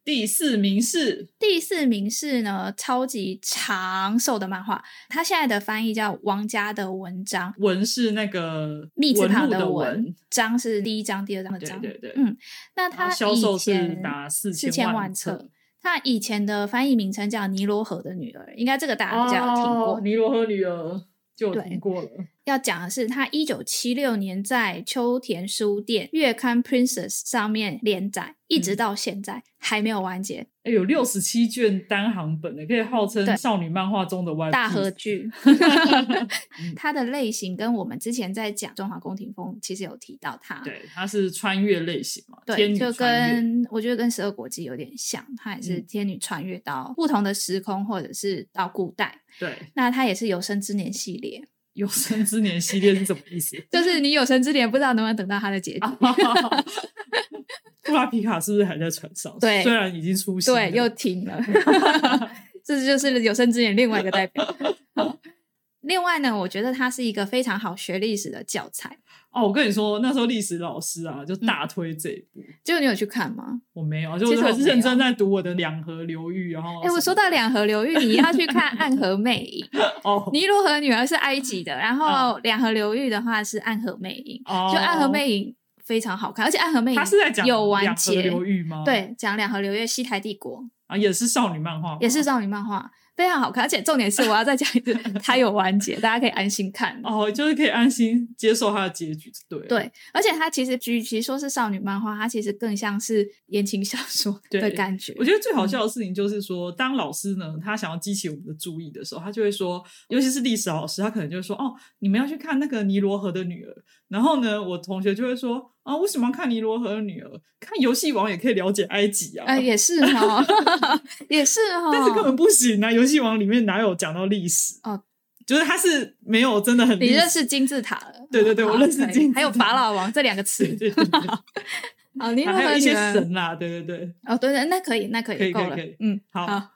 S1: 第四名是
S2: 第四名是呢，超级长寿的漫画，它现在的翻译叫《王家的文章》，
S1: 文是那个
S2: 密字
S1: 文
S2: 旁
S1: 路的
S2: 文，章是第一章、第二章的
S1: 对
S2: 章。
S1: 对对，
S2: 嗯那
S1: 然后
S2: 它
S1: 销
S2: 以
S1: 售是
S2: 前
S1: 达四
S2: 四
S1: 千
S2: 千
S1: 万
S2: 万册。它以前的翻译名称叫《尼罗河的女儿》，应该这个大家比较有听过。
S1: 哦尼罗河女 儿就有
S2: 对
S1: 听过了，
S2: 要讲的是，他一九七六年在秋田书店月刊《Princess》上面连载，一
S1: 嗯
S2: 直到现在、还没有完结，
S1: 哎有六十七卷单行本的，可以号称
S2: 对
S1: 少女漫画中的 One
S2: 大合
S1: Piece
S2: 剧。
S1: 嗯
S2: 它的类型跟我们之前在讲《中华宫廷风》其实有提到它，
S1: 对，它是穿越类型嘛，天
S2: 对，
S1: 女
S2: 就
S1: 穿越
S2: 跟我觉得跟《十二国记》有点像，它也是
S1: 嗯
S2: 天女穿越到不同的时空或者是到古代。
S1: 对
S2: 那它也是有生之年系列，
S1: 有生之年系列是什么意思？
S2: 就是你有生之年不知道能不能等到它的结局。
S1: 哦 布拉皮卡是不是还在船上？
S2: 对
S1: 虽然已经出现，
S2: 对，又停了。 这就是有生之年另外一个代表。另外呢，我觉得它是一个非常好学历史的教材。
S1: 哦，我跟你说，那时候历史老师啊，就大推这一部，
S2: 结果你有去看吗？
S1: 我没有，就
S2: 其
S1: 是
S2: 实
S1: 还
S2: 嗯我
S1: 是
S2: 没有
S1: 认真在读我的两河流域，然后
S2: 哎、我说到两河流域，你要去看《暗河魅影》。
S1: 哦嗯
S2: 尼罗河女儿是埃及的，然后两河流域的话是《暗河魅影》
S1: 哦，
S2: 就《暗河魅影》非常好看，而且《暗河魅影》
S1: 他是在讲
S2: 有完
S1: 两河
S2: 结
S1: 流，域吗？
S2: 对，讲两河流域西台帝国
S1: 啊，也是少女漫画吗，
S2: 也是少女漫画。非常好看，而且重点是我要再讲 一次，它有完结，大家可以安心看。
S1: 哦，就是可以安心接受它的结局，对了
S2: 对，而且它其实与其说是少女漫画，它其实更像是言情小说的
S1: 对
S2: 感觉。
S1: 我觉得最好笑的事情就是说，当老师呢，他想要激起我们的注意的时候，他就会说，尤其是历史老师，他可能就会说，哦，你们要去看那个尼罗河的女儿。然后呢，我同学就会说，啊，为什么要看尼罗河的女儿？看游戏王也可以了解埃及啊。
S2: 呃，也是 哦，也是哦。
S1: 但是根本不行啊！游戏王里面哪有讲到历史？
S2: 哦，
S1: 就是他是没有真的很
S2: 你
S1: 历
S2: 认
S1: 史
S2: 识金字塔了？
S1: 对对对
S2: 好
S1: 我认识
S2: 可以
S1: 金字塔
S2: 还有法老王这两个词
S1: 对。对对对，
S2: 好， 你
S1: 还有一些
S2: 神
S1: 神啦，对对对。
S2: 哦，对对，那可以，那可
S1: 可以
S2: 以，够
S1: 可以
S2: 了
S1: 可以。
S2: 嗯，
S1: 好
S2: 好，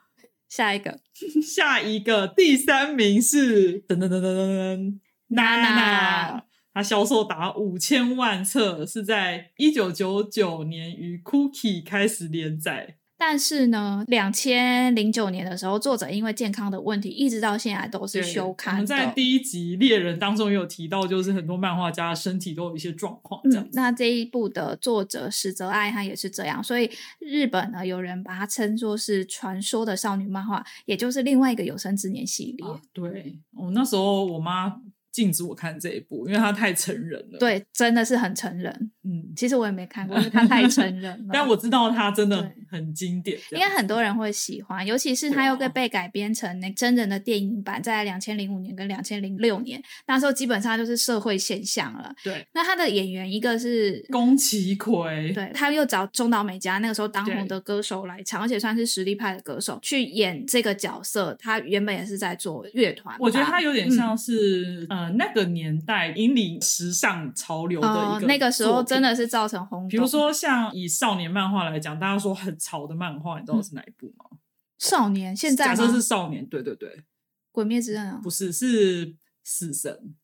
S2: 下一个
S1: 下一个第三名是噔噔噔噔噔噔，娜娜，它销售达五千万册，是在一九九九年于 Cookie 开始连载。
S2: 但是呢，两千零九年的时候，作者因为健康的问题，一直到现在都是
S1: 对
S2: 休
S1: 我
S2: 刊
S1: 们在
S2: 的。
S1: 第一集《猎人》当中也有提到，就是很多漫画家身体都有一些状况，这样
S2: 嗯，那这一部的作者石泽爱他也是这样，所以日本呢，有人把它称作是传说的少女漫画，也就是另外一个有生之年系列。
S1: 啊，对，我、那时候我妈禁止我看这一部，因为它太成人了。，
S2: 对，真的是很成人。
S1: 嗯，
S2: 其实我也没看过，因 为它太成人了。
S1: 但我知道它真的
S2: 对
S1: 很经典，这
S2: 应
S1: 样
S2: 该很多人会喜欢，尤其是
S1: 对
S2: 它又
S1: 啊
S2: 被被改编成那真人的电影版，在两千零五年跟两千零六年那时候基本上就是社会现象了。
S1: 对。
S2: 那他的演员一个是。
S1: 宫崎葵，
S2: 对，他又找中岛美嘉那个时候当
S1: 对
S2: 红的歌手来唱，而且算是实力派的歌手去演这个角色。他原本也是在做乐团吧，
S1: 我觉得它有点
S2: 嗯
S1: 像是、呃那个年代引领时尚潮流的
S2: 哦
S1: 一个、
S2: 那个时候真。的是造成轰动。
S1: 比如说，像以少年漫画来讲，大家说很潮的漫画，你知道是哪一部吗？
S2: 少年嗯现在
S1: 假
S2: 吗
S1: 设是少年，对对对，
S2: 鬼灭之刃啊，
S1: 不是是死神，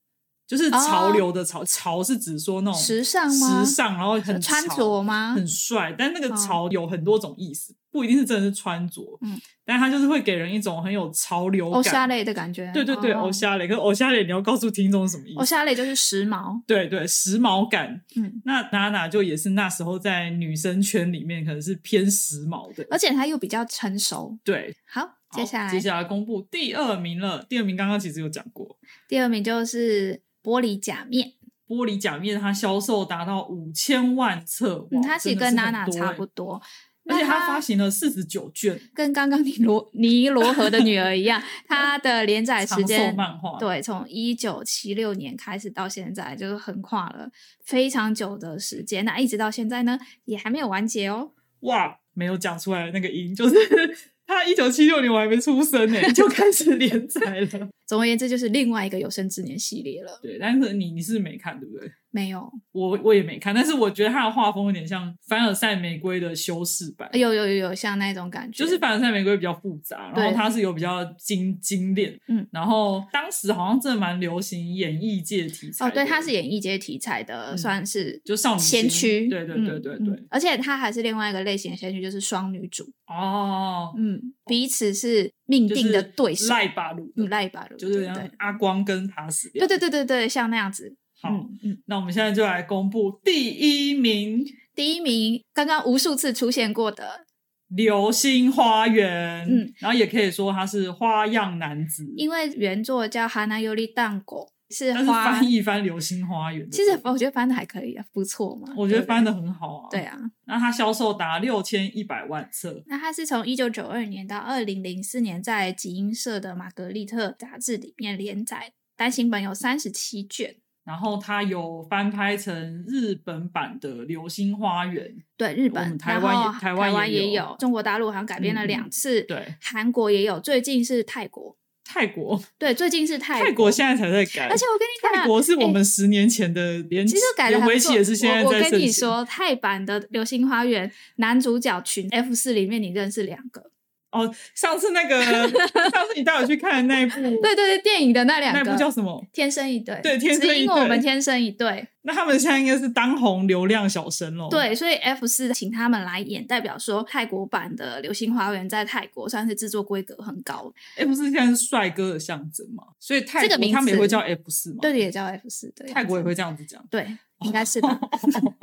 S1: 就是潮流的潮，潮是指说那种
S2: 哦时尚吗
S1: 时尚，然后很
S2: 穿
S1: 潮
S2: 着吗？
S1: 很帅，但那个
S2: 哦
S1: 潮有很多种意思，不一定是真的是穿着，
S2: 嗯，
S1: 但它就是会给人一种很有潮流
S2: 欧夏
S1: 感。
S2: 类的感觉。
S1: 对对对，
S2: 哦
S1: 偶像类，可是偶像类你要告诉听众是什么意
S2: 哦，
S1: 思？
S2: 下类就是时髦，
S1: 对对，时髦感。
S2: 嗯，
S1: 那娜娜就也是那时候在女生圈里面可能是偏时髦的，
S2: 而且它又比较成熟。
S1: 对。
S2: 好，
S1: 好
S2: 呃接下来
S1: 接下来公布第二名了。第二名刚刚其实有讲过，
S2: 第二名就是玻璃假面，
S1: 玻璃假面它销售达到五千万册，
S2: 嗯，
S1: 哇
S2: 它其实
S1: 真的
S2: 跟
S1: 是
S2: 娜
S1: 很
S2: 娜
S1: 多
S2: 差
S1: 欸
S2: 不多，
S1: 而且
S2: 那
S1: 它发行了四十九卷
S2: 跟刚刚尼罗尼罗河的女儿一 样，它的连载
S1: 长
S2: 时
S1: 寿
S2: 间。
S1: 漫画，
S2: 对，从一九七六年开始到现在，就是横跨了非常久的时间。那一直到现在呢，也还没有完结哦。
S1: 哇，没有讲出来的那个音，就是 他一九七六年我还没出生呢、就开始连载了。
S2: 总而言之，就是另外一个有生之年系列了。
S1: 对，但是你你是没看对不对？
S2: 没有，
S1: 我我也没看，但是我觉得他的画风有点像凡尔赛玫瑰的修饰版，
S2: 有有有有像那种感觉，
S1: 就是凡尔赛玫瑰比较复杂，然后
S2: 对
S1: 它是有比较精精炼，
S2: 嗯，
S1: 然后当时好像真的蛮流行演艺界题材
S2: 哦，对，
S1: 的
S2: 它是演艺界题材的，
S1: 嗯
S2: 算是
S1: 就少女
S2: 先
S1: 心
S2: 驱，
S1: 对对对对
S2: 嗯
S1: 对，
S2: 嗯而且它还是另外一个类型的先驱，就是双女主，
S1: 哦，
S2: 嗯，彼此是命
S1: 就
S2: 定的
S1: 是
S2: 对手，
S1: 赖巴鲁的，
S2: 嗯，赖吧，
S1: 就是
S2: 对
S1: 像
S2: 对
S1: 阿光跟塔斯
S2: 对对对对对，像那样子，
S1: 好，
S2: 嗯嗯，
S1: 那我们现在就来公布第一名《
S2: 第一名刚刚无数次出现过的，
S1: 流星花园》，
S2: 嗯，
S1: 然后也可以说他是花样男子，
S2: 因为原作叫《哈娜尤利蛋狗》，是
S1: 但是
S2: 花，
S1: 翻译翻《流星花园》，
S2: 其实我觉得翻的还可以啊，不错嘛，
S1: 我觉得
S2: 对不对
S1: 翻的。很好啊。
S2: 对，啊，
S1: 那它销售达六千一百万册，
S2: 那它是从一九九二年到二零零四年在集英社的《玛格丽特》杂志里面连载，单行本有三十七卷。
S1: 然后它有翻拍成日本版的《流星花园
S2: 对日
S1: 我
S2: 本，
S1: 们哦嗯台
S2: 然
S1: 湾也
S2: 后
S1: 台湾
S2: 湾
S1: 也
S2: 也
S1: 有
S2: 中国大陆好像改编了
S1: 嗯嗯
S2: 两次，
S1: 对，
S2: 韩国也有，最近是泰国，》，
S1: 泰国，
S2: 对，最近是泰
S1: 泰国现在才在改，
S2: 而且我跟你讲，
S1: 泰国是我
S2: 哎
S1: 们十年前的连，
S2: 其实改的
S1: 连
S2: 很
S1: 围
S2: 不错
S1: 棋也是现在
S2: 我
S1: 在
S2: 我跟
S1: 盛
S2: 你
S1: 行。
S2: 说，泰版的《流星花园》男主角群 F 四里面，你认识两个？
S1: 哦，上次那个， 上次你带我去看的那一部，
S2: 对对对，电影的那两
S1: 那一
S2: 个
S1: 部叫什么？
S2: 天生一对，
S1: 对天生
S2: 只因
S1: 一
S2: 我
S1: 对
S2: 们天生一对，
S1: 那他们现在应该是当红流量小生喽。，
S2: 对，所以 F 四请他们来演，代表说泰国版的《流星花园》在泰国算是制作规格很高，
S1: F 四现哎在是帅哥的象征嘛，所以泰
S2: 这个
S1: 国
S2: 名
S1: 他们也
S2: 词
S1: 会叫 F 四嘛，
S2: 对，也叫 F 四，对，
S1: 泰国哦也会这样子讲。
S2: 对，应 该是吧？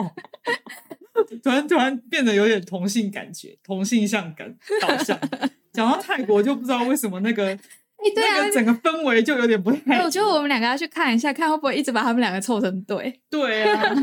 S1: 突然突然变得有点同性感觉，同性向感导向。讲到泰国，就不知道为什么那个
S3: 哎，对
S1: 那
S3: 啊
S1: 个，整个氛围就有点不
S3: 哎，
S1: 太
S3: 我觉得我们两个要去看一下，看会不会一直把他们两个凑成对。
S1: 对啊。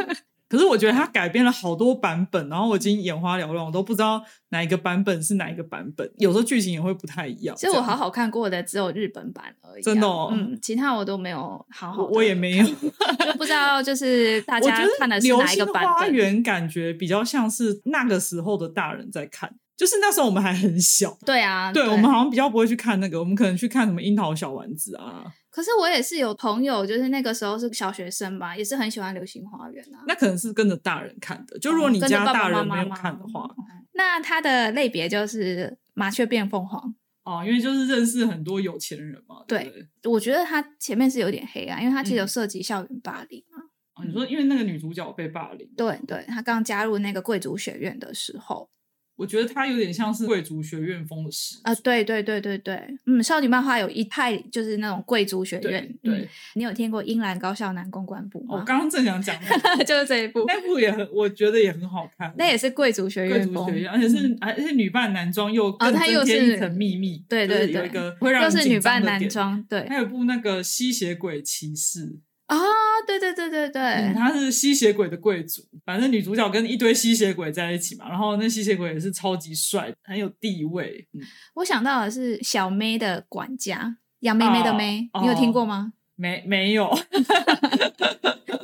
S1: 可是我觉得它改编了好多版本，然后我已经眼花缭乱，我都不知道哪一个版本是哪一个版本。有时候剧情也会不太一样。
S2: 其实嗯我
S1: 这样
S2: 好好看过的只有日本版而已啊、
S1: 真的哦
S2: 嗯，其他我都没有好好
S1: 我
S2: 地
S1: 我也没有，
S2: 就不知道就是大
S1: 我觉
S2: 家
S1: 得
S2: 看的是
S1: 流
S2: 哪一个
S1: 星
S2: 版
S1: 花
S2: 本。
S1: 园感觉比较像是那个时候的大人在看，就是那时候我们还很小，
S2: 对啊，
S1: 对我们好像比较不会去看那个，我们可能去看什么樱桃小丸子啊，
S2: 可是我也是有朋友，就是那个时候是小学生吧，也是很喜欢《流星花园》啊。
S1: 那可能是跟着大人看的。就如果你
S2: 哦跟着
S1: 家
S2: 爸爸
S1: 大人
S2: 妈
S1: 没
S2: 妈
S1: 有
S2: 吗
S1: 看的话，
S2: 那它的类别就是麻雀变凤凰。
S1: 哦，因为就是认识很多有钱人嘛，对
S2: 对
S1: 不对。
S2: 我觉得它前面是有点黑暗，啊因为它其实有
S1: 嗯
S2: 涉及校园霸凌嘛。
S1: 哦，你说因为那个女主角被霸凌，
S2: 对对，他刚加入那个贵族学院的时候，
S1: 我觉得她有点像是贵族学院风的始
S2: 啊、对对对对对，嗯，少女漫画有一派就是那种贵族学
S1: 对
S2: 院，
S1: 对
S2: 嗯，你有听过《英兰高校男公关部》
S1: 我
S2: 吗？
S1: 刚刚正想讲那部
S2: 就是这 一部，
S1: 那部也很，我觉得也很好看。
S2: 那也是贵族学
S1: 贵
S2: 院
S1: 族
S2: 风，嗯
S1: 学院，而且是而且女扮男装又
S2: 哦
S1: 更
S2: 它又
S1: 增添一
S2: 是
S1: 层秘密，
S2: 对
S1: 就是
S2: 对
S1: 有
S2: 对，
S1: 一个会让
S2: 又
S1: 人
S2: 是
S1: 紧
S2: 女
S1: 张
S2: 扮
S1: 的
S2: 男
S1: 点。
S2: 装，对
S1: 还有部那个吸血鬼骑士，
S2: 啊、对对对对对，
S1: 嗯，他是吸血鬼的贵族，反正女主角跟一堆吸血鬼在一起嘛，然后那吸血鬼也是超级帅，很有地位。嗯，
S2: 我想到的是小妹的管家杨妹妹的妹，
S1: 哦
S2: 你有
S1: 哦
S2: 听过吗？
S1: 没没有，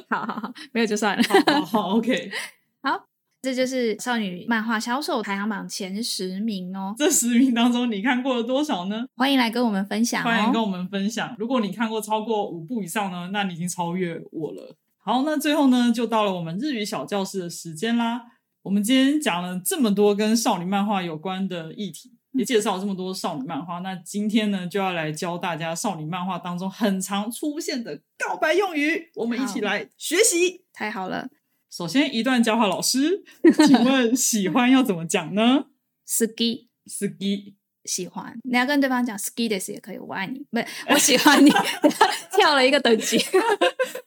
S2: 好好好，没有就算了。
S1: 好好好，OK，
S2: 这就是少女漫画销售排行榜前十名哦，
S1: 这十名当中你看过了多少呢？
S2: 欢迎来跟我们分享、哦。
S1: 欢迎跟我们分享。如果你看过超过五部以上呢，那你已经超越我了。好，那最后呢，就到了我们日语小教室的时间啦。我们今天讲了这么多跟少女漫画有关的议题，
S2: 嗯
S1: 也介绍了这么多少女漫画。那今天呢，就要来教大家少女漫画当中很常出现的告白用语，我们一起
S2: 好
S1: 来学习。
S2: 太好了
S1: 首先，一段教化老 师，请问喜欢要怎么讲呢
S2: ，ski
S1: ？ski
S2: 喜欢，你要跟对方讲 ski this 也可以，我爱你，不是我喜欢你， 跳了一个等级，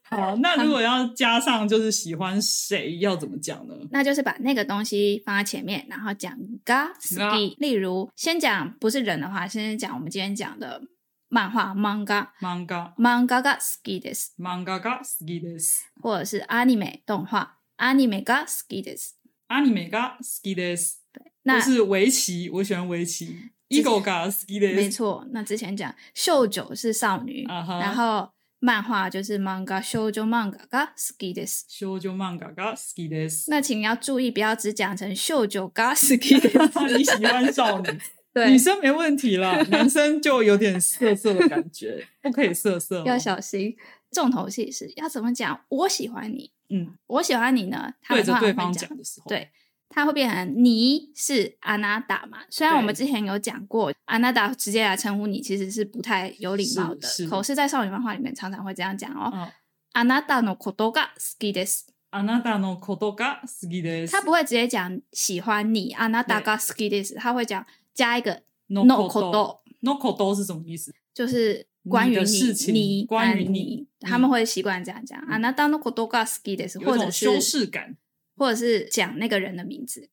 S1: 好，那如果要加上就是喜欢谁要怎么讲呢？
S2: 那就是把那个东西放在前面，然后讲 ga
S1: 啊
S2: ski。例如，先讲不是人的话，先讲我们今天讲的漫画 manga
S1: manga
S2: manga ga ski this。
S1: 漫画が好きです。
S2: 或者是 anime 动画 anime ga s k i d e s
S1: アニメが好きです。
S2: 那
S1: 就是围棋，我喜欢围棋。囲碁が好きです。
S2: 没。错，那之前讲秀九是少女
S1: 啊哈
S2: 然后漫画就是 manga 秀九 manga ga s k i d e s
S1: 少女漫画が好きです。
S2: 那请要注意，不要只讲成秀九 ga s k i d e s
S1: 你喜欢少女，女
S2: 对，
S1: 生没问题 啦，男生就有点涩涩的感觉，不可以涩涩、哦。
S2: 要小心。重头戏是要怎么讲？我喜欢你，
S1: 嗯，
S2: 我喜欢你呢？他
S1: 对
S2: 们
S1: 着对
S2: 通常
S1: 方
S2: 会
S1: 讲的时候，
S2: 对，它会变成你是阿娜达嘛？虽然我们之
S1: 对
S2: 前有讲过，阿娜达直接来称呼你其实是不太有礼貌的，
S1: 是是
S2: 可是，在少女漫画里面常常会这样讲哦。
S1: 嗯，
S2: 阿娜达のことが好きです，
S1: あなたのことが好きです。
S2: 他不会直接讲喜欢你，阿娜达が好きです，他会讲加一个
S1: no
S2: no
S1: koto
S2: koto，
S1: no koto 是什么意思？
S2: 就是关于
S1: 你的事
S2: 你，
S1: 情
S2: 你
S1: 关于
S2: 啊
S1: 你
S2: 你，
S1: 嗯
S2: 他们会习惯这样讲。啊阿娜达のことが好きです，
S1: 有
S2: 或
S1: 一
S2: 者
S1: 种
S2: 是
S1: 修饰感，
S2: 或者是讲那个人的名字。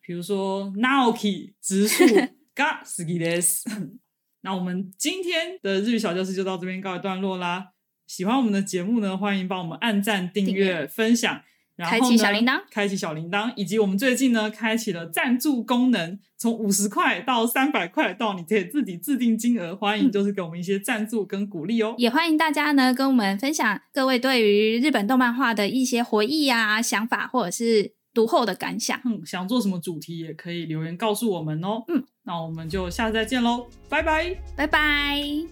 S1: 比如说 Naoki 植 树 ga s k i d e s 那我们今天的日语小教室就到这边告一段落啦。喜欢我们的节目呢，欢迎帮我们按赞、订
S2: 订
S1: 阅、
S2: 阅
S1: 分享，然后呢
S2: 开启小铃铛，
S1: 开启小铃铛，以及我们最近呢开启了赞助功能，从五十块到三百块，到你可以自己制定金额，欢
S2: 嗯
S1: 迎就是给我们一些赞助跟鼓励哦。
S2: 也欢迎大家呢跟我们分享各位对于日本动漫画的一些回忆啊、想法，或者是读后的感想。
S1: 嗯，想做什么主题也可以留言告诉我们哦。
S2: 嗯，
S1: 那我们就下次再见喽，拜拜。
S2: 拜拜。